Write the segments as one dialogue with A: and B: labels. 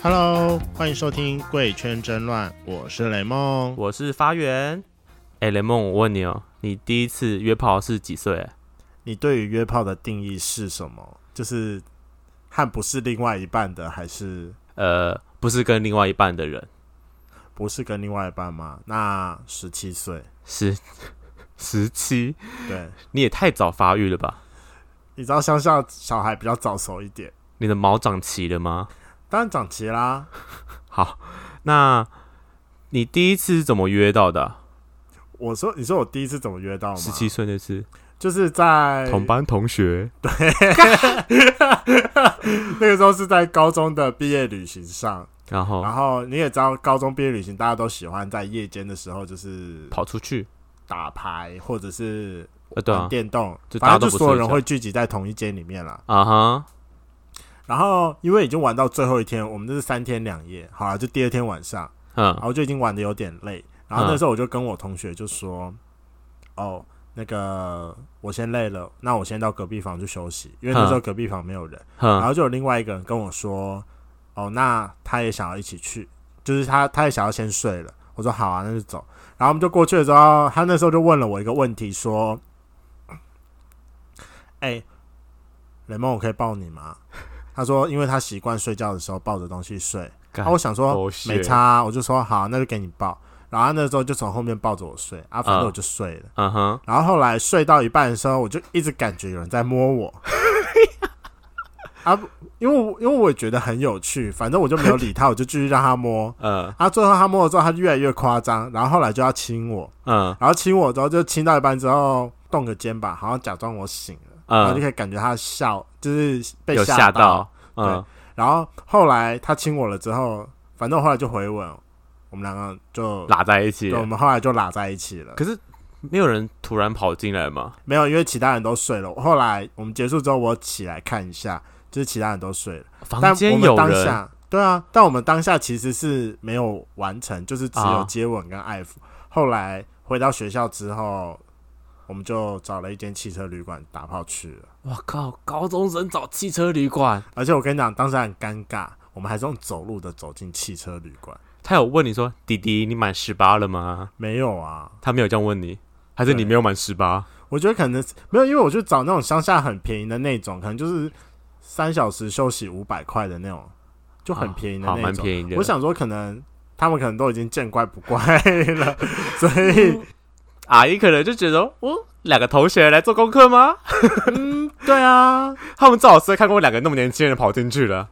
A: 欢迎收听《贵圈争乱》，我是雷梦。
B: 我是发源。哎、雷梦，我问你哦，你第一次约炮是几岁啊？
A: 你对于约炮的定义是什么？就是和不是另外一半的，还是
B: 呃，不是跟另外一半的人，
A: 不是跟另外一半吗？那十七岁，
B: 是十七，
A: 对，
B: 你也太早发育了吧？
A: 你知道乡下小孩比较早熟一点，
B: 你的毛长齐了吗？
A: 当然长齐啦。
B: 好，那你第一次是怎么约到的啊？
A: 我说，你说我第一次怎么约到吗？
B: 十七，岁那次，
A: 就是在
B: 同班同学，
A: 那个时候是在高中的毕业旅行上，
B: 然后
A: 然后你也知道，高中毕业旅行大家都喜欢在夜间的时候就是
B: 跑出去。
A: 打牌或者是
B: 呃，对
A: 玩
B: 啊，
A: 电动，
B: 就大
A: 反
B: 家
A: 正就
B: 都不
A: 所有
B: 睡
A: 人
B: 觉
A: 会聚集在同一间里面啦。
B: 啊哈，
A: 然后因为已经玩到最后一天，我们这是三天两夜，好了，就第二天晚上，然
B: 嗯，
A: 后就已经玩的有点累。然后那时候我就跟我同学就说：“哦，那个我先累了，那我先到隔壁房去休息，因为
B: 嗯
A: 那时候隔壁房没有人。”然
B: 哼，
A: 后就有另外一个人跟我说：“哦，那他也想要一起去，就是他他也想要先睡了。”我说：“好啊，那就走。”然后我们就过去了之后，他那时候就问了我一个问题，说：“哎、雷蒙，我可以抱你吗？”他说：“因为他习惯睡觉的时候抱着东西睡。”
B: 干
A: 啊，我想说
B: ，bullshit
A: 没差啊、我就说好，那就给你抱。然后他那时候就从后面抱着我睡，啊，反正
B: 嗯
A: 我就睡了。
B: 嗯哼，
A: 然后后来睡到一半的时候，我就一直感觉有人在摸我， 啊，因为我因为我也觉得很有趣，反正我就没有理他，我就继续让他摸。
B: 嗯
A: 啊，最后他摸了之后，他就越来越夸张，然后后来就要亲我，
B: 嗯
A: 然后亲我之后就亲到一半之后动个肩膀，好像假装我醒了，然后就
B: 嗯，
A: 可以感觉他笑，就是啊被
B: 有
A: 吓
B: 吓到，嗯
A: 然后后来他亲我了之后，反正我后来就回吻，我们两个就，
B: 拉在一起
A: 对，
B: 了
A: 我。们后来就拉在一起了。
B: 可是没有人突然跑进来嘛？
A: 没有，因为其他人都睡了。后来我们结束之后，我起来看一下，就是其他人都睡了，但
B: 房
A: 我
B: 间
A: 们
B: 有
A: 当
B: 人，
A: 下，对啊，但我们当下其实是没有完成，就是只有
B: 啊
A: 接吻跟爱抚。后来回到学校之后，我们就找了一间汽车旅馆打炮去了。
B: 我靠！高中生找汽车旅馆，
A: 而且我跟你讲，当时很尴尬，我们还是用走路的走进汽车旅馆。
B: 他有问你说：“弟弟，你满十八了吗
A: 没有啊，？”
B: 他没有这样问你，还是
A: 对
B: 你没有满十八？
A: 我觉得可能是没有，因为我去找那种乡下很便宜的那种，可能就是三小时休息五百块的那种，就很便宜的
B: 啊好，
A: 那
B: 蛮
A: 种。
B: 便宜的。
A: 我想说，可能他们可能都已经见怪不怪 了，所以
B: 阿姨可能就觉得，我两个同学来做功课吗？
A: 对啊，
B: 他们赵老师看过两个那么年轻人跑进去了。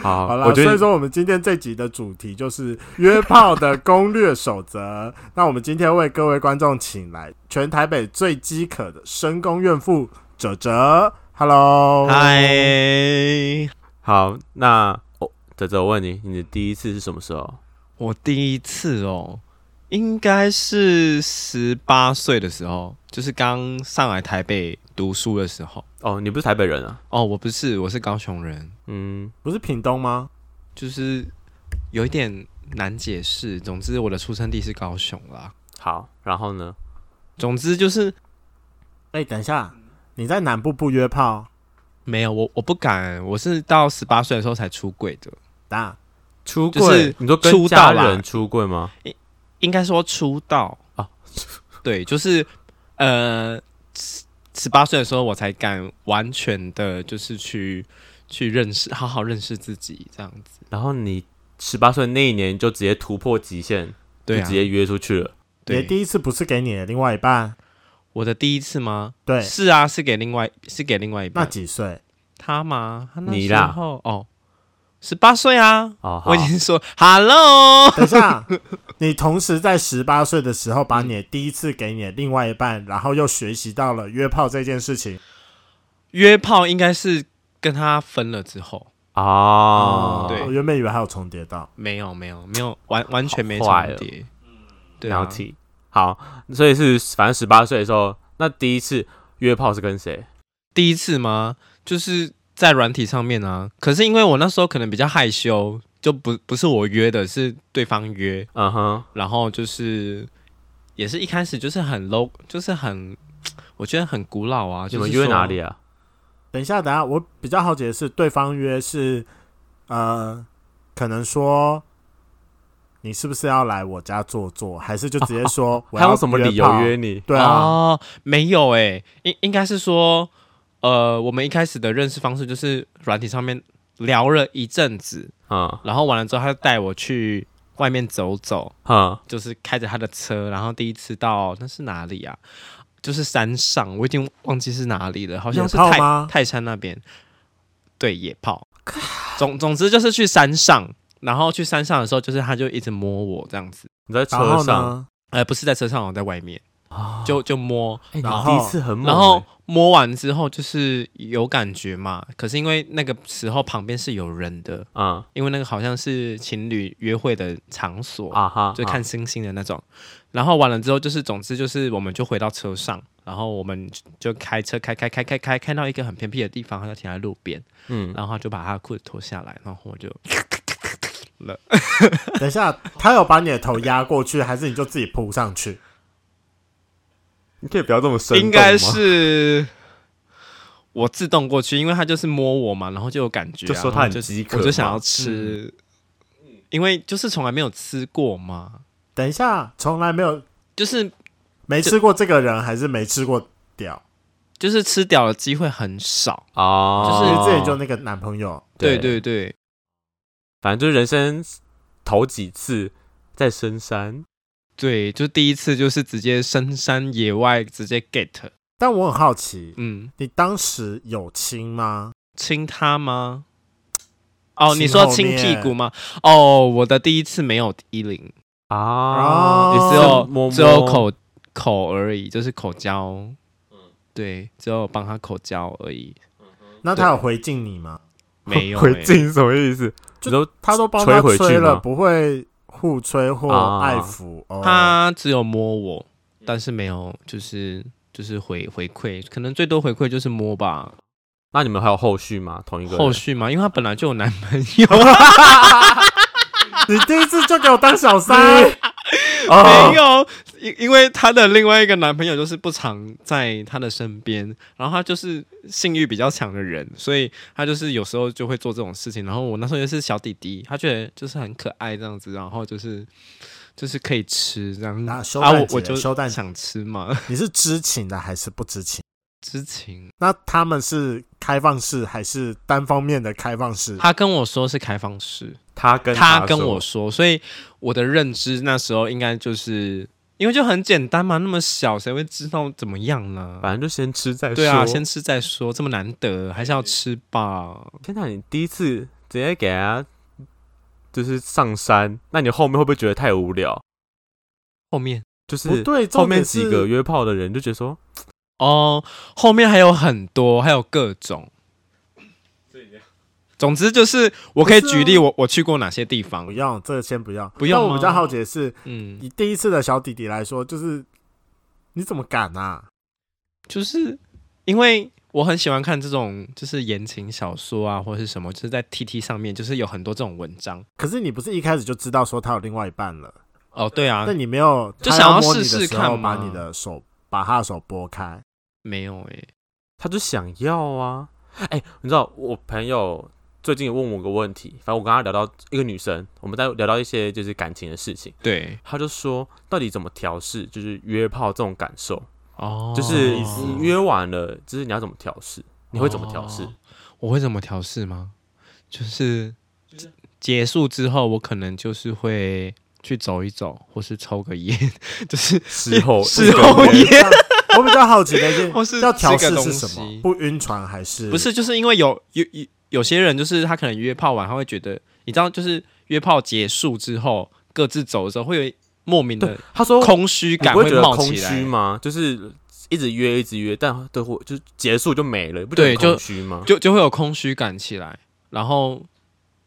B: 好，
A: 好
B: 我
A: 了，
B: 觉
A: 所以
B: 得
A: 说我们今天这集的主题就是约炮的攻略守则。 那我们今天为各位观众请来全台北最饥渴的深宫怨妇哲哲，Hello，，
C: 嗨，
B: 好。那哦，哲哲，我问你，你的第一次是什么时候？
C: 我第一次哦，应该是十八岁的时候，就是刚上来台北读书的时候。
B: 哦，你不是台北人啊？
C: 哦，我不是，我是高雄人，
B: 嗯，
A: 不是屏东吗？
C: 就是有一点难解释。总之，我的出生地是高雄啦。
B: 好。然后呢？
C: 总之就是
A: 哎、等一下，你在南部不约炮？
C: 没有我，我不敢，我是到十八岁的时候才出柜的。
A: 打
B: 出
C: 就
B: 柜？
C: 是
B: 你说跟
C: 出
B: 家
C: 道啦
B: 人出柜吗？
C: 应该说出道
B: 啊，
C: 对，就是呃，十八岁的时候我才敢完全的，就是去去认识，好好认识自己这样子。
B: 然后你十八岁那一年就直接突破极限，
C: 对
B: 就
C: 啊
B: 直，接约出去了。
A: 你的
C: 对，
A: 第一次不是给你的另外一半？
C: 我的第一次吗？
A: 对，
C: 是啊，是给另外是给另外一
A: 那
C: 半
A: 几岁？
C: 他吗？他那
B: 你
C: 时
B: 啦
C: 候哦，十八岁啊，
B: 哦，好
C: 我已经说 hello，
A: 等一下，啊你同时在十八岁的时候把你的第一次给你的另外一半，然后又学习到了约炮这件事情。
C: 约炮应该是跟他分了之后，
B: 哦，
C: 对
A: 我原本以为还有重叠到。
C: 没有没有没有完完全没重
B: 好坏哦
C: 叠，对
B: 了
C: 啊，
B: 解。好，所以是反正十八岁的时候，那第一次约炮是跟谁？
C: 第一次吗？就是在软体上面啊。可是因为我那时候可能比较害羞，就不不是我约的，是对方约。
B: 嗯哼，
C: 然后就是也是一开始就是很 low，就是很我觉得很古老啊。
B: 你
C: 就是
B: 们约
C: 说
B: 哪里？啊？
A: 等一下，等一下，我比较好奇的是，对方约是呃，可能说你是不是要来我家坐坐？还是就直接说我
B: 还
A: 要
B: 有什么理由
A: 炮
B: 约？你？
A: 对啊，
C: 哦，没有哎、应应该是说，呃，我们一开始的认识方式就是软体上面聊了一阵子，
B: 嗯
C: 然后完了之后，他就带我去外面走走，
B: 哼，
C: 就是开着他的车，然后第一次到那是哪里啊？就是山上，我已经忘记是哪里了，好像是
A: 野炮
C: 泰
A: 吗
C: 泰山那边。对，野炮。总总之就是去山上，然后去山上的时候，就是他就一直摸我这样子，
B: 你在
A: 然
B: 车
A: 后
B: 上
A: 呢？
C: 呃，不是在车上，我在外面，
A: 哦
B: 啊
C: 就就摸，
B: 哎你
A: 然
B: 第一
A: 后
B: 次很猛欸，
C: 然后摸完之后就是有感觉嘛，可是因为那个时候旁边是有人的，
B: 嗯
C: 因为那个好像是情侣约会的场所，
B: 啊哈，
C: 就
B: 啊
C: 看星星的那种。然后完了之后就是，总之就是我们就回到车上，然后我们就开车开开开开开开到一个很偏僻的地方，他就停在路边，
B: 嗯，
C: 然后他就把他的裤子脱下来，然后我就
A: 等一下，他有把你的头压过去，还是你就自己扑上去？
B: 你可以不要这么生动吗，
C: 应该是。我自动过去，因为他就是摸我嘛，然后就有感觉啊、
B: 就说
C: 然后
B: 他很
C: 就
B: 饥渴
C: 我
B: 嘛，
C: 就想要吃，
B: 嗯
C: 因为就是从来没有吃过嘛，
A: 等一下，从来没有
C: 就是
A: 没吃过这个人，还是没吃过屌？
C: 就是吃屌的机会很少。
B: 哦，
A: 因为之前就那个男朋友，
C: 对对对，
B: 反正就是人生头几次在深山，
C: 对，就第一次就是直接深山野外直接 get，
A: 但我很好奇，
C: 嗯，
A: 你当时有亲吗？
C: 亲他吗？哦，
A: 亲
C: 你说
A: 后
C: 亲
A: 面
C: 屁股吗？哦，我的第一次没有衣领，
B: 啊，
A: 哦
C: 也只
B: 就
C: 有
B: 摸
C: 只有
B: 摸
C: 口口而已，就是口交。对，只有帮他口交而已，
A: 那他有回敬你吗？
C: 没 有、
B: 回
C: 欸
B: 敬是什么意思？
A: 就
B: 你都
A: 他都帮
B: 吹
A: 他
B: 回去
A: 吹了，
B: 吗
A: 不会互吹或
B: 啊
A: 爱抚哦。
C: 他只有摸我，但是没有就是就是回回馈，可能最多回馈就是摸吧。
B: 那你们还有后续吗？同一个人
C: 后续嘛，因为他本来就有男朋友，
A: 你第一次就给我当小 三，哦
B: 啊
C: 没有，因因为她的另外一个男朋友就是不常在她的身边，然后她就是性欲比较强的人，所以她就是有时候就会做这种事情。然后我那时候也是小弟弟，他觉得就是很可爱这样子，然后就是就是可以吃这样。
A: 那修
C: 啊，我
A: 蛋姐
C: 我就
A: 修 蛋姐
C: 想吃 嘛，
A: 你是知情的还是不知情？
C: 知情。
A: 那他们是开放式还是单方面的开放式？
C: 他跟我说是开放式，
B: 他跟
C: 他
B: 他
C: 跟
B: 说
C: 我说，所以我的认知那时候应该就是因为就很简单嘛，那么小谁会知道怎么样呢？
B: 反正就先吃再说。
C: 对啊，先吃再说，这么难得还是要吃吧。
B: 天哪，你第一次直接给他就是上山，那你后面会不会觉得太无聊？
C: 后面
B: 就
A: 不
B: 是
A: 对，
B: 后
A: 重
B: 面
A: 点
B: 几
A: 是
B: 个约炮的人就觉得说，
C: 哦，后面还有很多，还有各种。总之就是，我可以
A: 不是啊
C: 举例我我去过哪些地方
A: 不。用，这个先不要，
C: 不用
A: 但我比
C: 吗
A: 较好奇的是，
C: 嗯，
A: 以第一次的小弟弟来说，就是你怎么敢啊？
C: 就是因为我很喜欢看这种就是言情小说啊，或者是什么，就是在 T T 上面，就是有很多这种文章。
A: 可是你不是一开始就知道说他有另外一半了？
C: 哦，对啊
A: 那，你没有
C: 就
A: 他
C: 想要
A: 摸你的
C: 试试
A: 时
C: 看
A: 候把
C: 嘛
A: 你的手把他的手拨 开，
C: 没有欸诶、
B: 他就想要啊。哎、你知道我朋友最近问我个问题，反正我跟他聊到一个女生，我们在聊到一些就是感情的事情，
C: 对，
B: 他就说到底怎么调试，就是约炮这种感受，
C: 哦，
B: 就是你约完了，就是你要怎么调试，你会怎么调试？
C: 哦我会怎么调试吗？就是结束之后，我可能就是会去走一走，或是抽个烟， 就是
B: 事后
C: 事
A: 我
C: 后
A: 比
C: 烟
A: 较我比较好奇的是
C: 或是
A: 要调
C: 吃
A: 试是
C: 个东
A: 什
C: 西
A: 么？不晕船还是
C: 不？是就是因为有有有有些人就是他可能约炮完，他会觉得你知道，就是约炮结束之后各自走的时候，会有一莫名的
B: 他说
C: 空虚
B: 你
C: 感
B: 不会觉得
C: 冒
B: 空
C: 起
B: 虚
C: 来，
B: 吗？就是一直约一直约，但都会就是结束就没了，你不觉
C: 对
B: 得很空虚吗？
C: 就就会有空虚感起来，然后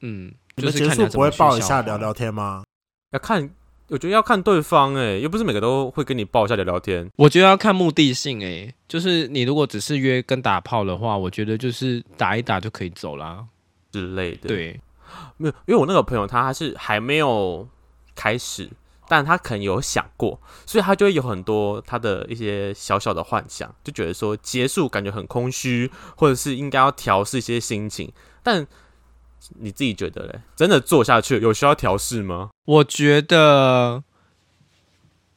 C: 嗯，
A: 你
C: 就
A: 们
C: 是
A: 结
C: 看你
A: 束
C: 要怎
A: 不会
C: 么去
A: 抱一
C: 消
A: 下
C: 化
A: 聊聊天吗？
B: 要看，我觉得要看对方哎、又不是每个都会跟你抱一下聊聊天。
C: 我觉得要看目的性诶、就是你如果只是约跟打炮的话，我觉得就是打一打就可以走啦。
B: 之类的，，
C: 对，
B: 没有，因为我那个朋友他还是还没有开始，但他可能有想过，所以他就会有很多他的一些小小的幻想，就觉得说结束感觉很空虚，或者是应该要调试一些心情，但你自己觉得嘞？真的做下去有需要调试吗？
C: 我觉得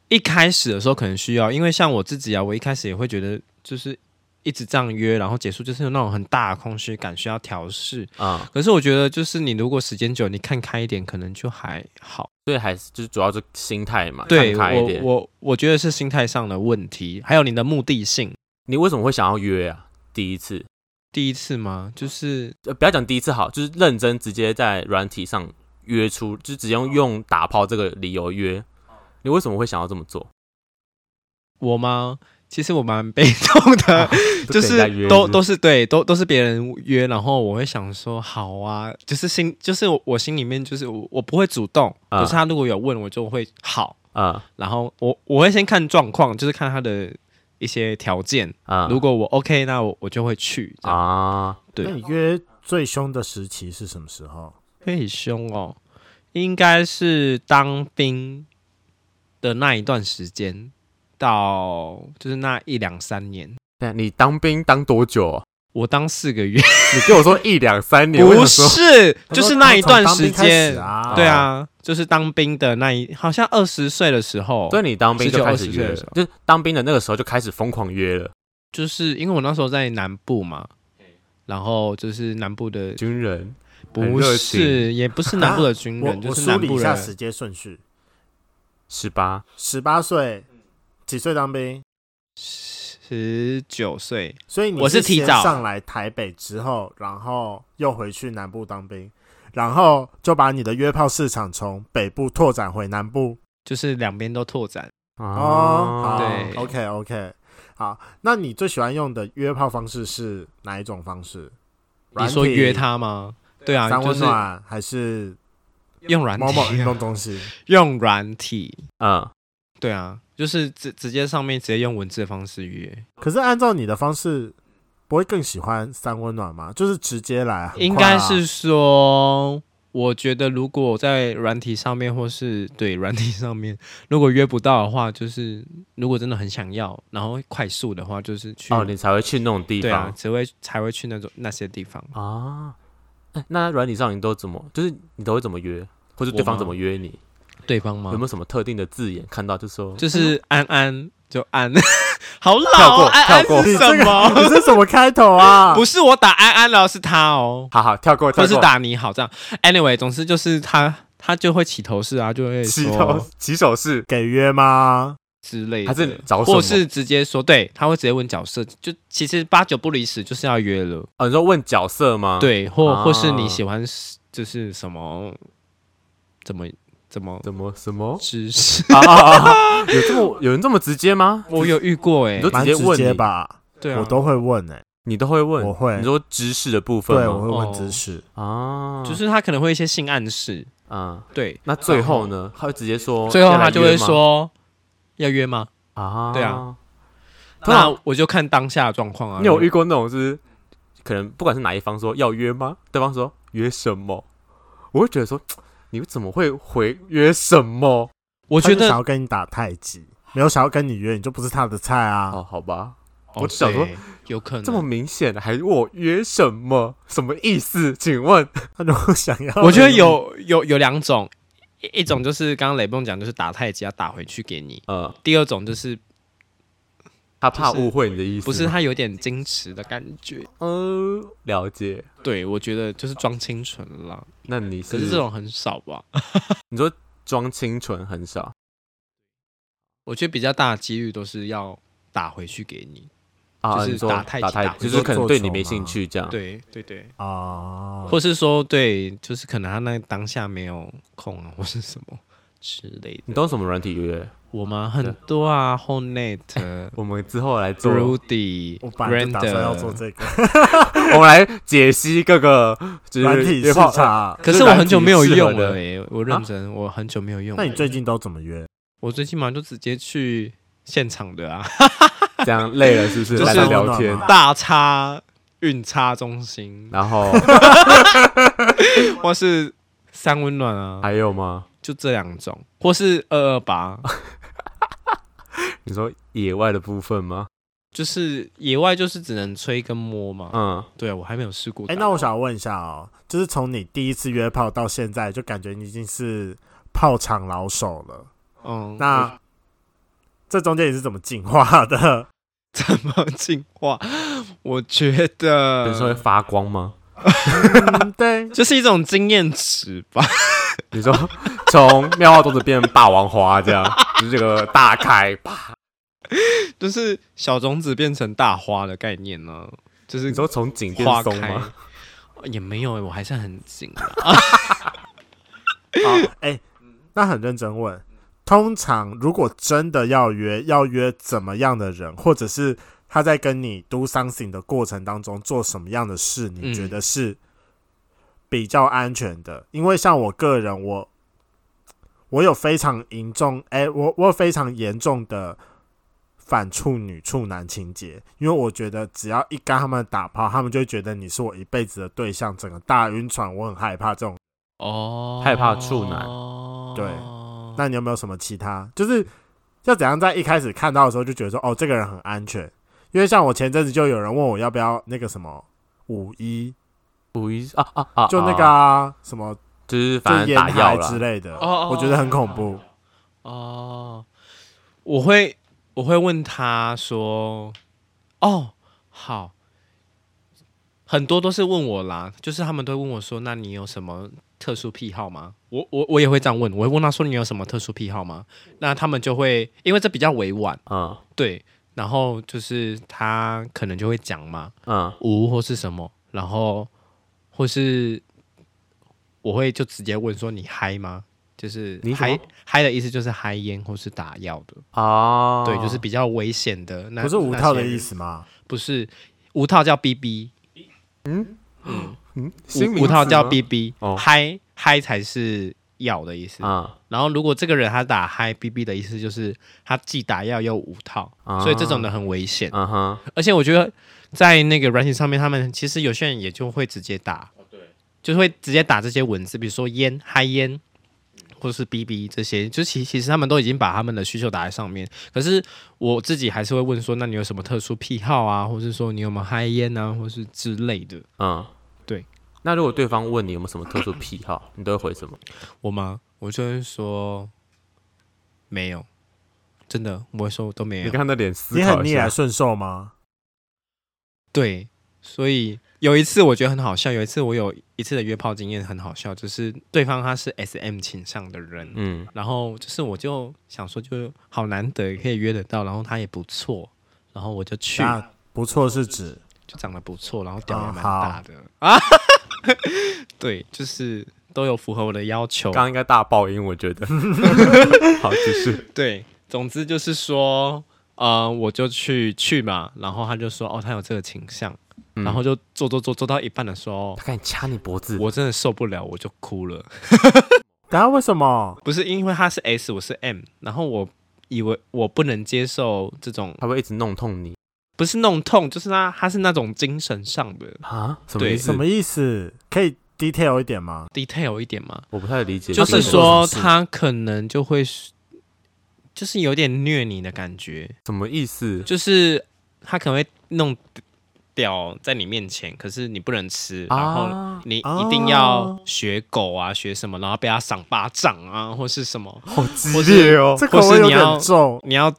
C: 一开始的时候可能需要，因为像我自己啊，我一开始也会觉得就是一直这样约，然后结束就是有那种很大的空虚感，需要调试。
B: 啊、
C: 可是我觉得就是你如果时间久，你看开一点，可能就还好。
B: 所以还是就是主要是心态嘛，
C: 对
B: 看开一点。
C: 我，我我觉得是心态上的问题，还有你的目的性。
B: 你为什么会想要约啊？第一次，
C: 第一次吗？就是
B: 呃，不要讲第一次好，就是认真直接在软体上约出，就直接
C: 哦
B: 用用打炮这个理由约。你为什么会想要这么做？
C: 我吗？其实我蛮被动的， 就
B: 啊跟人家约
C: 是都
B: 不
C: 都是对，都都是别人约，然后我会想说好啊，就是心就是我我心里面就是我我不会主动，
B: 啊
C: 可是他如果有问我就会好，
B: 啊
C: 然后我我会先看状况，就是看他的一些条件，
B: 啊，
C: 如果我 OK，那我我就会去。啊，
B: 啊，
C: 对
A: 那你约最凶的时期是什么时候？
C: 很凶哦，应该是当兵的那一段时间到就是那一两三年，
B: 但你当兵当多久、啊？
C: 我当四个月。
B: 你跟我说一两三年，我
C: 不
B: 想说
C: 是，
A: 他
C: 就
A: 说
C: 是那一
A: 从
C: 段
A: 当
C: 时
A: 兵开始
C: 间，
A: 啊，
C: 对啊，就是当兵的那一，好像二十岁的时候，
B: 所以，你当兵就
C: 19
B: 开始
C: 20岁
B: 约
C: 的
B: 了
C: 时，候
B: 就是当兵的那个时候就开始疯狂约了。
C: 就是因为我那时候在南部嘛，然后就是南部的，
B: 军人很
C: 不
B: 热
C: 是，也不是南部的 军
A: 我
C: 人，
A: 我
C: 就是
A: 梳
C: 南
A: 理
C: 部
A: 一下
C: 人
A: 时间顺序：
B: 十八，
A: 十八岁，几岁当兵？
C: 十九岁，
A: 所以你
C: 我是提
A: 先
C: 早
A: 上来台北之后，然后又回去南部当兵，然后就把你的约炮市场从北部拓展回南部。
C: 就是两边都拓展。
B: 啊
A: 哦，
C: 对
A: 好，OK OK，好，那你最喜欢用的约炮方式是哪一种方式？
C: 你说约他吗？对啊，
A: 三
C: 就
A: 温
C: 是
A: 暖还是
C: 用软
A: 某某
C: 体
A: 运
C: 啊，
A: 动中心？
C: 用软体，
B: 嗯，
C: 对啊，就是直直接上面直接用文字的方式约，
A: 可是按照你的方式，不会更喜欢三温暖吗？就是直接来，很快啊
C: 应该是说，我觉得如果在软体上面，或是对软体上面，如果约不到的话，就是如果真的很想要，然后快速的话，就是去
B: 哦，你才会去那种地
C: 对啊
B: 方，
C: 只会才会去那种那些地方。
B: 啊。哎那软体上你都怎么，就是你都会怎么约，或者对
C: 我
B: 方
C: 吗
B: 怎么约你？
C: 对方吗？
B: 有没有什么特定的字眼看到就说
C: 就是安安就安， 好
B: 跳
C: 老、
B: 过
C: 哦、安
B: 跳过
C: 安
A: 你
C: 是
A: 这
C: 什
A: 个，
C: 么？
A: 你这什么开头啊？
C: 不是我打安安了，是他哦，
B: 好好跳过，
C: 或
B: 跳
C: 是
B: 过。
C: 打你好这样。Anyway，总之就是他他就会起头式啊，就会
B: 起
C: 说
B: 头起手式，
A: 给约吗？
C: 之类的，
B: 还是找哦什么
C: 或是直接说，对，他会直接问角色，就其实八九不离十，就是要约了，
B: 哦，你说问角色吗？，
C: 对，或、
B: 啊
C: 或是你喜欢是就是什么，怎么怎么？
B: 怎么什么
C: 知识？
B: 啊啊啊！有这么有人这么直接吗？
C: 我有遇过哎、
B: 你都
A: 蛮
B: 直接
A: 直
B: 问
A: 接
B: 你，
A: 吧，
C: 对啊，
A: 我都会问欸诶，
B: 你都会问
A: 我，会
B: 你说知识的部分
A: 对，我
B: 吗？
A: 会问
C: 哦
A: 知识。
B: 啊，
C: 就是他可能会一些性暗示，
B: 啊，
C: 对，
B: 那最后呢？他会直接说，
C: 最后
B: 要来
C: 他就会
B: 约吗
C: 说要约吗？
B: 啊，
C: 对啊。
B: 通常
C: 那我就看当下的状况啊。
B: 你有遇过那种就是，可能不管是哪一方说要约吗？对方说约什么？我会觉得说，你怎么会回约什么？
C: 我觉
A: 他就想
C: 得
A: 要跟你打太极，没有想要跟你约，你就不是他的菜啊。
B: 哦，好吧，
C: 哦
B: 我只想说
C: 对有可能
B: 这么明显的还问我约什么？什么意思？请问
A: 他如果想要，
C: 我觉得有有有两种，一一种就是刚刚雷梦讲，就是打太极要打回去给你；
B: 呃，
C: 第二种就是
B: 他怕
C: 就是
B: 误会你的意思吗？
C: 不是他有点矜持的感觉。
B: 呃，了解。
C: 对，我觉得就是装清纯了，
B: 那你
C: 可是这种很少吧？
B: 你说装清纯很少
C: 我觉得比较大的几率都是要打回去给你。
B: 啊？
C: 就是
B: 你说
C: 打太极
B: 打太
C: 打
B: 极，就
A: 你
B: 是
A: 说
B: 可能
A: 做
B: 对
A: 球
B: 你没
A: 吗
B: 兴趣这样。
C: 对对对，
A: 啊，
C: 或是说对，就是可能他那当下没有空啊，或是什么之类
B: 你
C: 的。
B: 都用什么软体约？
C: 我们很多啊，Hornet、
B: 我们之后来做
C: Rudy、
A: 我本来就打算要做
C: Grander。
A: 这个
B: 我们来解析各个就是
A: 软体
B: 约
A: 市
B: 炮。
A: 场。
C: 可是我很久没有
B: 就
C: 用
B: 是软
C: 了
B: 体
C: 欸，我认真，我很久没有用了。
A: 啊
C: 欸
A: 那你最近都怎么约？
C: 我最近嘛就直接去现场的啊，
B: 这样累了是不是？
C: 就是
B: 懒得聊天，
C: 大叉运叉中心，
B: 然后
C: 或是三温暖啊，
B: 还有吗？
C: 就这两种，或是二二八。
B: 你说野外的部分吗？
C: 就是野外就是只能吹跟摸嘛。
B: 嗯，
C: 对啊我还没有试过打
A: 哎、
C: 炮。
A: 那我想问一下哦，就是从你第一次约炮到现在，就感觉你已经是炮场老手了。
C: 嗯， 我
A: 那这中间你是怎么进化的？
C: 怎么进化？我觉得
B: 比如说会发光吗？
A: 嗯对，
C: 就是一种经验值吧。
B: 你说从妙蛙种子变霸王花这样，就是这个大开啪。
C: 就是小种子变成大花的概念呢、就是
B: 你说从井变
C: 花
B: 松
C: 开
B: 吗？
C: 也没有、欸，我还是很紧的。
A: 好，哎、那很认真问。通常如果真的要约，要约怎么样的人，或者是他在跟你 do something 的过程当中做什么样的事，你
C: 嗯
A: 觉得是比较安全的？因为像我个人，我我有非常严重，哎、我我有非常严重的反处女处男情节，因为我觉得只要一跟他们打炮，他们就会觉得你是我一辈子的对象，整个大晕船，我很害怕这种
C: 哦
B: 害怕处男
A: 对那你有没有什么其他？就是要怎样在一开始看到的时候就觉得说，哦，这个人很安全？因为像我前阵子就有人问我要不要那个什么五一，
B: 五一啊啊啊！
A: 就那个、
B: 啊
A: 啊、什么
B: 就是
A: 就
B: 反正
A: 烟
B: 打
A: 台
B: 药啦
A: 之。类的，
C: 哦
A: 我觉得很恐怖。
C: 哦，我会我会问他说，哦，好，很多都是问我啦，就是他们都会问我说，那你有什么特殊癖好吗？我我我也会这样问，我会问他说你有什么特殊癖好吗？那他们就会因为这比较委婉，
B: 嗯
C: 对，然后就是他可能就会讲嘛，
B: 嗯，
C: 无或是什么，然后或是我会就直接问说你嗨吗？就是
B: 你什么
C: 嗨嗨的意思就是嗨烟或是打药的，
B: 哦，
C: 对，就是比较危险的。那
A: 不是无套的
C: 那些
A: 意思吗？
C: 不是无套叫 BB，
B: 新
C: 无
B: 名
C: 无套
B: 词
C: 叫
B: 吗
C: BB，
B: 哦
C: 嗨嗨才是药的意思。
B: 啊
C: 然后如果这个人他打嗨 BB 的意思就是他既打药又无套，
B: 啊
C: 所以这种的很危险。
B: 嗯哼，
C: 而且我觉得在那个软体上面，他们其实有些人也就会直接打，就是会直接打这些文字，比如说烟、嗨烟，或是 BB 这些，就其其实他们都已经把他们的需求打在上面。可是我自己还是会问说，那你有什么特殊癖好啊，或是说你有没有嗨烟啊，或是之类的，
B: 嗯，
C: 对。
B: 那如果对方问你有没有什么特殊癖好，你都会回什么？
C: 我吗？我就会说没有，真的，我会说我都没有
B: 你。看他脸思
A: 你
B: 考
A: 很
B: 一
A: 逆来
C: 啊
B: 下，
A: 顺受吗？
C: 对，所以有一次我觉得很好笑，有一次我有一次的约炮经验很好笑，就是对方他是 S M 倾向的人，
B: 嗯
C: 然后就是我就想说，就好难得可以约得到，然后他也不错，然后我就去，
A: 那啊不错是指
C: 就长得不错，然后屌也
A: 哦
C: 蛮
A: 好
C: 大的、啊， 对，就是都有符合我的要求
A: 哦
B: 刚，刚应该大爆音，我觉 得。好，只是
C: 对，总之就是说，呃，我就去去嘛，然后他就说，哦，他有这个倾向，
B: 嗯
C: 然后就做做做做到一半的时候
B: 他。敢掐你脖子，
C: 我真的受不了，我就哭了。
A: 等啊下为什么？
C: 不是因为他是 S，我是 M，然后我以为我不能接受这种，
B: 他会一直弄痛你
C: 不是弄痛，就是他他是那种精神上的
B: 啊？什么
C: 对
B: 意
C: 是
B: 思
A: 什？么意思？可以 detail 一点吗？
C: detail 一点嘛，
B: 我不太理解这
C: 就
B: 个
A: 他
B: 东
C: 是
B: 西。
C: 说
A: 是
C: 他可能就会是，就是有点虐你的感觉，
B: 什么意思？
C: 就是他可能会弄屌在你面前，可是你不能吃，然后。
B: 啊，
C: 你
A: 啊
C: 一定要学狗啊，学什么，然后被他赏巴掌啊，或是什么，
B: 好激
C: 或是
B: 哦！
A: 这口味有
C: 或是你要
A: 点重，
C: 你要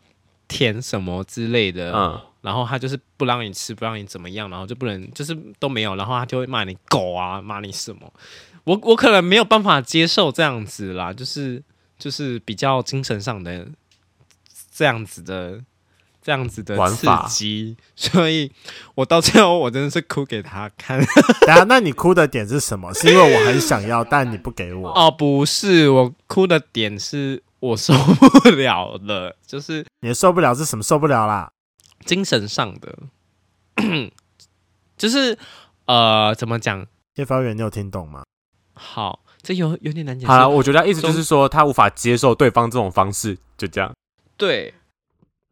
C: 舔什么之类的，
B: 嗯，
C: 然后他就是不让你吃，不让你怎么样，然后就不能就是都没有，然后他就会骂你狗啊，骂你什么。我我可能没有办法接受这样子啦，就是就是比较精神上的这样子的这样子的
B: 玩
C: 刺
B: 法
C: 激，所以我到最后我真的是哭给他看。
A: 等下，那你哭的点是什么？是因为我很想要，但你不给我，
C: 哦，不是，我哭的点是我受不了了，就是
A: 你受不了是什么受不了啦？
C: 精神上的， 就是呃，怎么讲？
A: 叶方圆，你有听懂吗？
C: 好，这有有点难解释。
B: 好了，我觉得意思就是说他无法接受对方这种方式，就这样。
C: 对。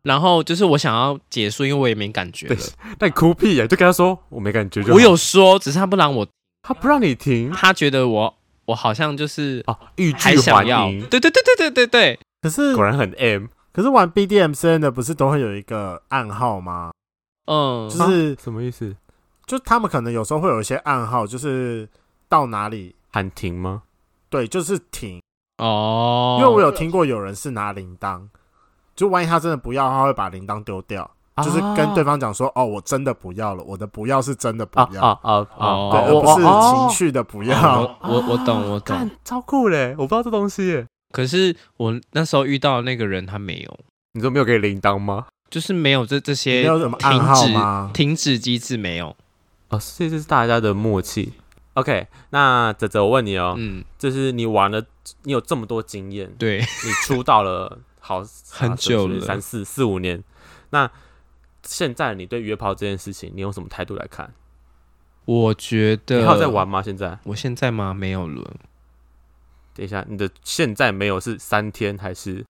C: 然后就是我想要结束，因为我也没感觉了。
B: 但哭屁呀，就跟他说我没感觉就好。
C: 我有说，只是他不让我，
B: 他不让你停
C: 他觉得我我好像就是
B: 啊，欲
C: 还
B: 拒还
C: 想要。
B: 迎，
C: 对对对对对对对，
A: 可是
B: 果然很 M。
A: 可是玩 BDMCN 的不是都会有一个暗号吗？
C: 嗯，
A: 就
B: 啊
A: 是
B: 什么意思？
A: 就他们可能有时候会有一些暗号，就是到哪里，
B: 喊停吗？
A: 对，就是停。
C: 哦，
A: 因为我有听过有人是拿铃铛，就万一他真的不要，他会把铃铛丢掉，
B: 啊
C: 啊
A: 就是跟对
B: 方
A: 方讲说：“哦，我真的不要了，我的不要是真的不
B: 啊
A: 要，
B: 啊啊啊！
C: 哦
A: 对，而
B: 我
A: 不是情。
B: 哦
A: 绪的不要。
C: 哦我我我懂我懂
B: 看，，超酷嘞！我不知道这东西耶，
C: 可是我那时候遇到的那个人他没有，
B: 你说没有给铃铛吗？
C: 就是没有这这
A: 你
C: 些
A: 有什么暗
C: 停
A: 号
C: 止
A: 吗？
C: 停止机制没有，
B: 哦，这就是大家的默契。OK，那泽泽，我问你哦，
C: 嗯，
B: 就是你玩了，你有这么多经验，
C: 对，
B: 你出道了好
C: 很久了
B: 三四四五年。那现在你对约炮这件事情，你用什么态度来看？
C: 我觉得
B: 你还有在玩吗？现在？
C: 我现在吗？没有了，
B: 等一下，你的现在没有是三天还是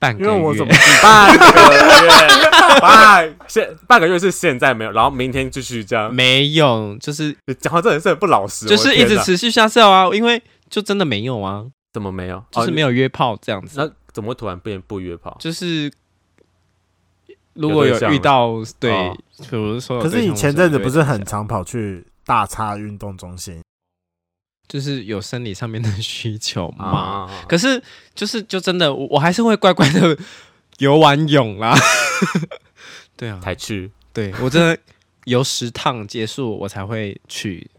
C: 半个
A: 因
C: 月，
A: 为我怎么知道？
B: 半个月？ 半现半个月是现在没有，然后明天继续这样。
C: 没有，就是
B: 你讲话真的是很不老实，
C: 就是
B: 我的
C: 一
B: 天
C: 直
B: 哪
C: 持续下降啊，因为就真的没有啊，
B: 怎么没有？哦
C: 就是没
B: 有。
C: 有约炮这样子，
B: 那怎么会突然变不约炮？
C: 就是如果
B: 有对
C: 有
B: 象
C: 遇到对
B: 哦，
C: 比如说有
A: 可是
C: 对象
A: 你
C: 我
A: 前阵子不是
C: 就会
A: 很常跑去大叉运动中心？
C: 就是有生理上面的需求嘛？
B: 啊，
C: 可是就是就真的，我我还是会乖乖的游完泳 啦。对啊，
B: 才去。
C: 对我真的游十趟结束，我才会去。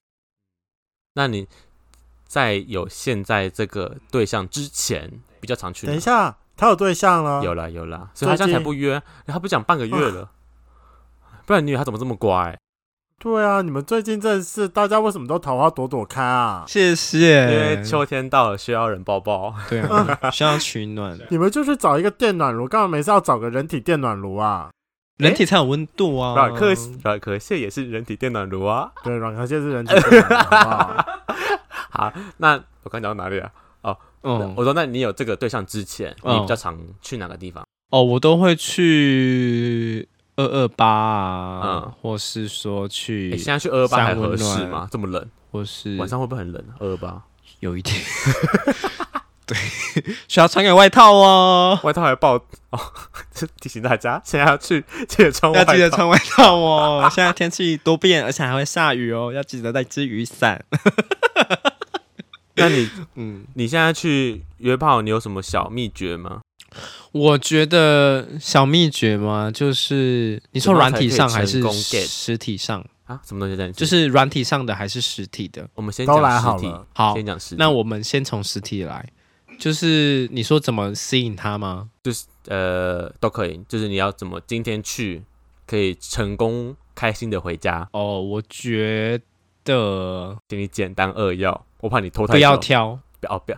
B: 那你在有现在这个对象之前，比较常去哪？
A: 等一下，他有对象了，
B: 有啦有啦，所以他
A: 最
B: 现在
A: 近啊
B: 才不约，他不是讲半个月了，不然你以为他怎么这么乖？
A: 对啊，你们最近真的是大家为什么都桃花朵朵开啊？
C: 谢
B: 因
C: 谢
B: 为秋天到了，需要人抱抱。
C: 啊
A: 嗯
C: 对啊，需要取 暖，
B: 哎
A: 你们就去找一个电暖炉，干嘛每次要找个人体电暖炉 啊？
C: 人体才有温度啊。
B: 软壳软壳蟹也是人体电暖炉啊。
A: 对，软壳蟹是人体电暖炉，好不好？
B: 好，那我刚讲到哪里啊？
C: 嗯，
B: 我说，那你有这个对象之前，
C: 嗯
B: 你比较常去哪个地方？
C: 哦，我都会去二二八
B: 嗯
C: 啊，或是说
B: 你、
C: 去
B: 哎现，在去二二八还
C: 三温
B: 合适
C: 暖
B: 吗？这么冷，
C: 或
A: 嗯
C: 是
B: 晚上会不会很冷？啊二二八
C: 有一点， 对，需要穿个外套哦，
B: 外套还爆哦，这提醒大家现在要去记得穿外
C: 要
B: 套。
C: 记得穿外套哦。现在天气多变，而且还会下雨哦，要记得带支雨伞。
B: 那你
C: 嗯，
B: 你现在去约炮，你有什么小秘诀吗？
C: 我觉得小秘诀嘛，就是你
B: 怎
C: 说
B: 么样
C: 软体上还
B: 才
C: 是
B: 可以成功 get？
C: 实体上，
B: 啊，什么东西在你？
C: 就是软体上的还是实体的。
B: 我们先
A: 都来
B: 讲
A: 好
B: 实体
A: 了，，
C: 好，
B: 先讲实体。
C: 那我们先从实体来，就是你说怎么吸引他吗？
B: 呃都可以，就是你要怎么今天去可以成功开心的回家，
C: 哦，我觉得
B: 请你简单扼要，我怕你拖太久。
C: 不要挑，
B: 不要不要，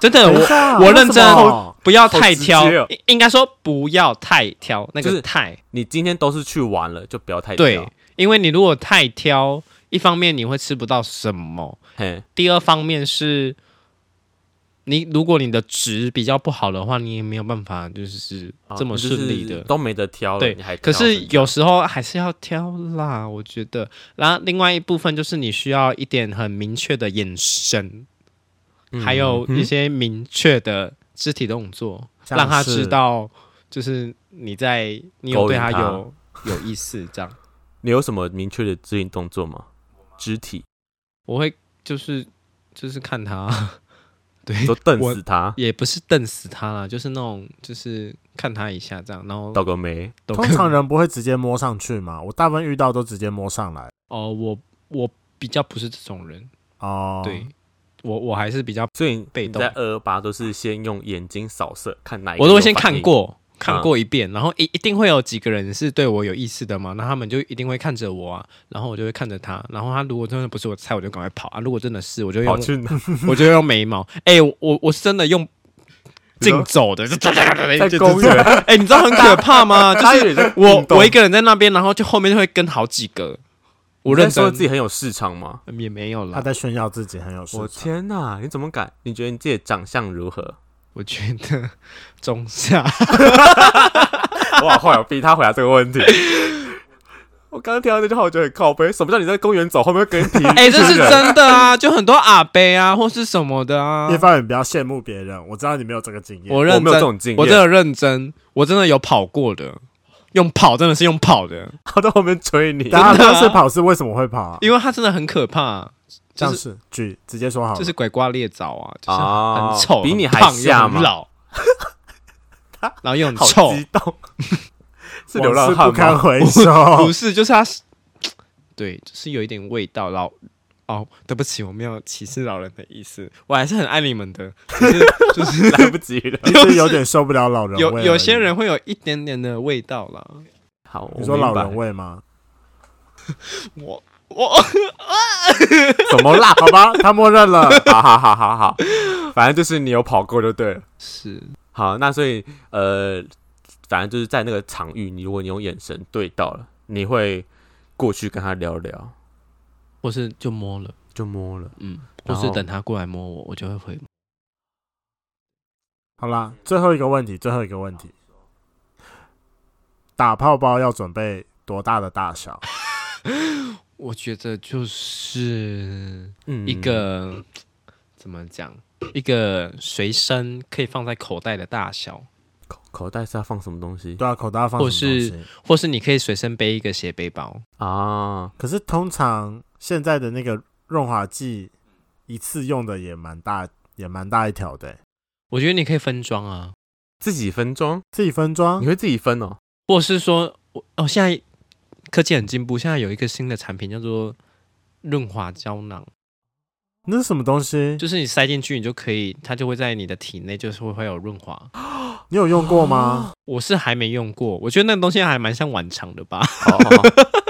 C: 真的
A: 等一
C: 我
A: 下
C: 我认真
A: 为什么
C: 不要
B: 好
C: 太
B: 直
C: 挑，
B: 接哦
C: 应应该说不要太挑，那
B: 就是
C: 个太
B: 你今天都是去玩了，就不要太
C: 对
B: 挑，
C: 因为你如果太挑，一方面你会吃不到什么，
B: 嘿，
C: 第二方面是。你如果你的值比较不好的话，你也没有办法就是
B: 啊
C: 这么
B: 你就
C: 顺利
B: 是
C: 的。
B: 都没得挑了，
C: 对
B: 你还
C: 可
B: 挑
C: 是
B: 什么
C: 有时候还是要挑啦，我觉得。然后另外一部分就是你需要一点很明确的眼神，
B: 嗯
C: 还有一
B: 嗯
C: 些明确的肢体动作，
A: 像
C: 让他
A: 是
C: 知道就是你在你有
B: 勾
C: 对
B: 引
C: 他
B: 他
C: 有有意思这样。
B: 你有什么明确的指引动作吗？肢体，
C: 我会就是就是看他， 对
B: 你，说瞪
C: 我
B: 死他，
C: 也不是瞪死他啦，就是那种就是看他一下这样，然后
B: 倒个霉，
C: 都
A: 通常人不会直接摸上去嘛，我大部分遇到都直接摸上来
C: 哦，我我比较不是这种人，
A: 哦。
C: 对我我还是比较。
B: 所以
C: 被
B: 你
C: 动
B: 在二二八都是先用眼睛扫射看哪一个，
C: 我都会先看，
B: 嗯
C: 过，看过一遍，然后一一定会有几个人是对我有意思的嘛，那他们就一定会看着我啊，然后我就会看着他，然后他如果真的不是我的菜，我就赶快跑啊，如果真的是，我就用
B: 跑去 哪
C: 我就用眉毛，哎、我我我是真的用
B: 你说
C: 竞走的，就
B: 在
C: 在
B: 公，园，
C: 哎、你知道很可怕吗？就
B: 他
C: 是
B: 以为在
C: 我
B: 运动
C: 我一个人在那边，然后就后面就会跟好几个，我
B: 你在
C: 认
B: 说
C: 真
B: 自己很有市场吗？
C: 嗯也没有
A: 他
C: 啦，
A: 在炫耀自己很有市
B: 我
A: 场。
B: 天哪，你怎么敢？你觉得你自己的长相如何？
C: 我觉得中下，
B: 哇，后来我哦逼他回答这个 问题。我刚刚听到这句话，我觉得很靠背。什么叫你在公园走，后面会跟 体育
C: 哎、这是
B: 巨人
C: 真的啊，就很多阿伯啊或是什么的啊，
A: 叶凡，你不要羡慕别人，我知道你没有这个经验。
C: 我
B: 我
C: 认
B: 没有这
C: 真
B: 种经验，
C: 我真的认真，我真的有跑过的，用跑，真的是用跑的，
B: 跑到后面追你。
A: 大家当时跑是为什么会跑啊？
C: 因为它真的很可怕，
A: 这
C: 就
A: 样
C: 是
A: 是举直接说好了，
C: 就是拐瓜裂枣啊，就是
B: 哦
C: 很丑，
B: 比你
C: 很
B: 还
C: 胖又
B: 下
C: 很
B: 吗
C: 老，然后又很
B: 好
C: 臭，
B: 激 动，是流
A: 往
B: 浪
A: 事
B: 汉
A: 不堪
B: 吗？
A: 回
C: 不
A: 首。
C: 是，就是它是，对，就是有一点味道。老哦，对不起，我没有歧视老人的意思，我还是很爱你们的，只是就是
B: 来不及了。
A: 你
C: 就是
A: 有点受不了老人
C: 有
A: 味
C: 有
A: 而
C: 些
A: 已
C: 人，会有一点点的味道啦。
B: 好，
A: 你
B: 我
A: 说
B: 明
A: 老
B: 白
A: 人 味吗？
C: 我我
B: 怎么啦？
A: 好吧，他默认了。
B: 好好好好好，反正就是你有跑过就对了。
C: 是
B: 好，那所以呃，反正就是在那个场域，你如果你用眼神对到了，你会过去跟他聊聊，
C: 或是就摸了，
B: 就摸了。
C: 嗯，或
B: 然
C: 是
B: 后
C: 等他过来摸我，我就会回。
A: 好啦，最后一个问题，最后一个问题，打泡包要准备多大的大小？
C: 我觉得就是
B: 嗯
C: 一个、怎么讲，一个随身可以放在口袋的大小，
B: 口口袋是要放什么东西
A: 对啊，口袋要放
C: 或
A: 什么东
C: 是
A: 西？
C: 或是你可以随身背一个斜背包。
B: 啊？
A: 可是通常现在的那个润滑剂一次用的也蛮大，也蛮大一条的欸、
C: 我觉得你可以分装啊，
B: 自己分装，
A: 自己分装
B: 你。会自己分哦。
C: 或是说，我哦，现在科技很进步，现在有一个新的产品叫做润滑胶囊，
A: 那是什么东西？
C: 就是你塞进去，你就可以，它就会在你的体内，就是会会有润滑。
A: 你有用过 吗？
C: 我是还没用过，我觉得那东西还蛮像晚肠的吧。
B: 好好好，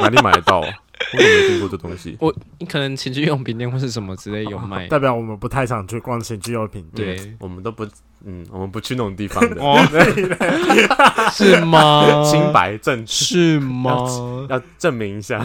B: 哪里买得到、啊？我怎么没听过这东西？
C: 你可能情趣用品店或是什么之类有卖。
B: 哦
A: 代表我们不太想去逛情趣用品店。
C: 对
B: 嗯我们都不，嗯，我们不去那种地方的，
C: 哦， 是吗
B: 清白正确，
C: 是吗？
B: 要证明一下。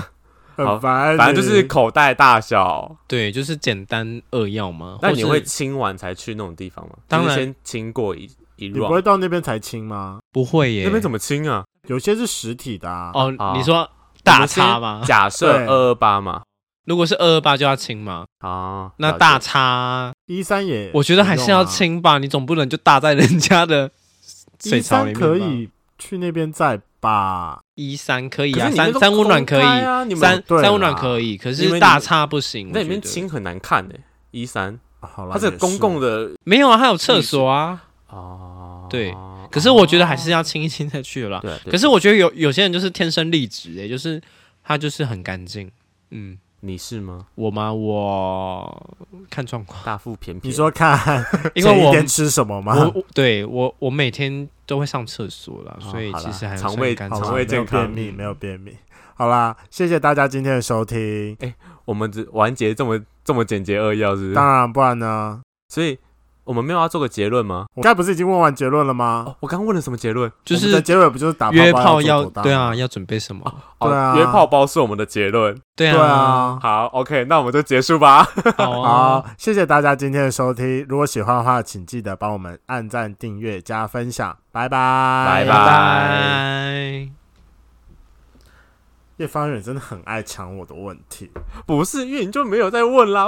B: 好
A: 很烦。欸
B: 反正就是口袋大小，
C: 对，就是简单扼要嘛。
B: 那你
C: 或是
B: 会清完才去那种地方吗？
C: 当
B: 就
C: 然
B: 是先清过一一
A: 你不会
B: round，
A: 到那边才清吗？
C: 不会耶？
B: 那边怎
C: 么？
B: 么清啊？
A: 有些是实体的啊。
C: 哦
B: 啊，
C: 你说
B: 我
C: 大
B: 们先
C: 叉吗？
B: 假设
A: 对
B: 二二八嘛，
C: 如果是二二八就要清吗？
B: 啊，
C: 那
B: 了解
C: 大叉，
A: 一三也，啊
C: 我觉得还是要。清
B: 啊
C: 吧。你总不能就搭在人家的 水
A: 一三
C: 槽里面
A: 可
C: 吧。
A: 以去那边再吧。
C: 一三可以
B: 可
C: 啊，
B: 是你
C: 三
B: 那个
C: 三温暖可
B: 公
C: 以
B: 开，啊，你们
C: 三
A: 对
C: 三
A: 啦
C: 温暖可以，可
B: 因为
C: 是
B: 你
C: 大
B: 们
C: 叉不行。我
B: 那里面
C: 觉得
B: 清很难看的，一三，
A: 好了，
B: 它是
A: 也
B: 公共的
C: 没有啊，它有厕所啊。
B: 啊，
C: 对可是我觉得还是要清一清再去了
A: 哦
C: 啦。
B: 对，啊对
C: 可是我觉得有有些人就是天生丽质，哎，就是他就是很干净。嗯，
B: 你是吗？
C: 我吗？我看状 况，
B: 大腹便便，
A: 你说看，
C: 因为
A: 前一
C: 我
A: 天吃什么吗？
C: 我我对我我每天都会上厕所啦，
B: 哦
C: 所以
B: 好
C: 其
B: 啦
C: 实还
B: 肠
C: 算
B: 胃
C: 干
A: 好
C: 净
A: 啦
B: 肠胃健康
A: 没有便秘，没有便秘。好啦，谢谢大家今天的收听。
B: 我们只完结这么这么简洁扼要，是不是
A: 当？然，不然呢？
B: 所以我们没有要做个结论吗？
A: 我刚才不是已经问完结论了吗？
B: 哦，我刚问了什么结论？
C: 就
A: 我们的
C: 是
A: 结尾不就是打
C: 约
A: 炮
C: 炮
A: 要
C: 要
A: 做多大
C: 对啊，，要准备什么？
B: 哦
A: 对啊
B: 约炮包是我们的结论。
C: 对
A: 对
C: 啊，
A: 啊。
B: 好，OK，那我们就结束吧。
C: 好啊
A: 好，，谢谢大家今天的收听。如果喜欢的话，请记得帮我们按赞、订阅、加分享。拜拜，
B: 拜
C: 拜拜。
A: 叶方远真的很爱抢我的问题。
B: 不是，因为你就没有再问啦。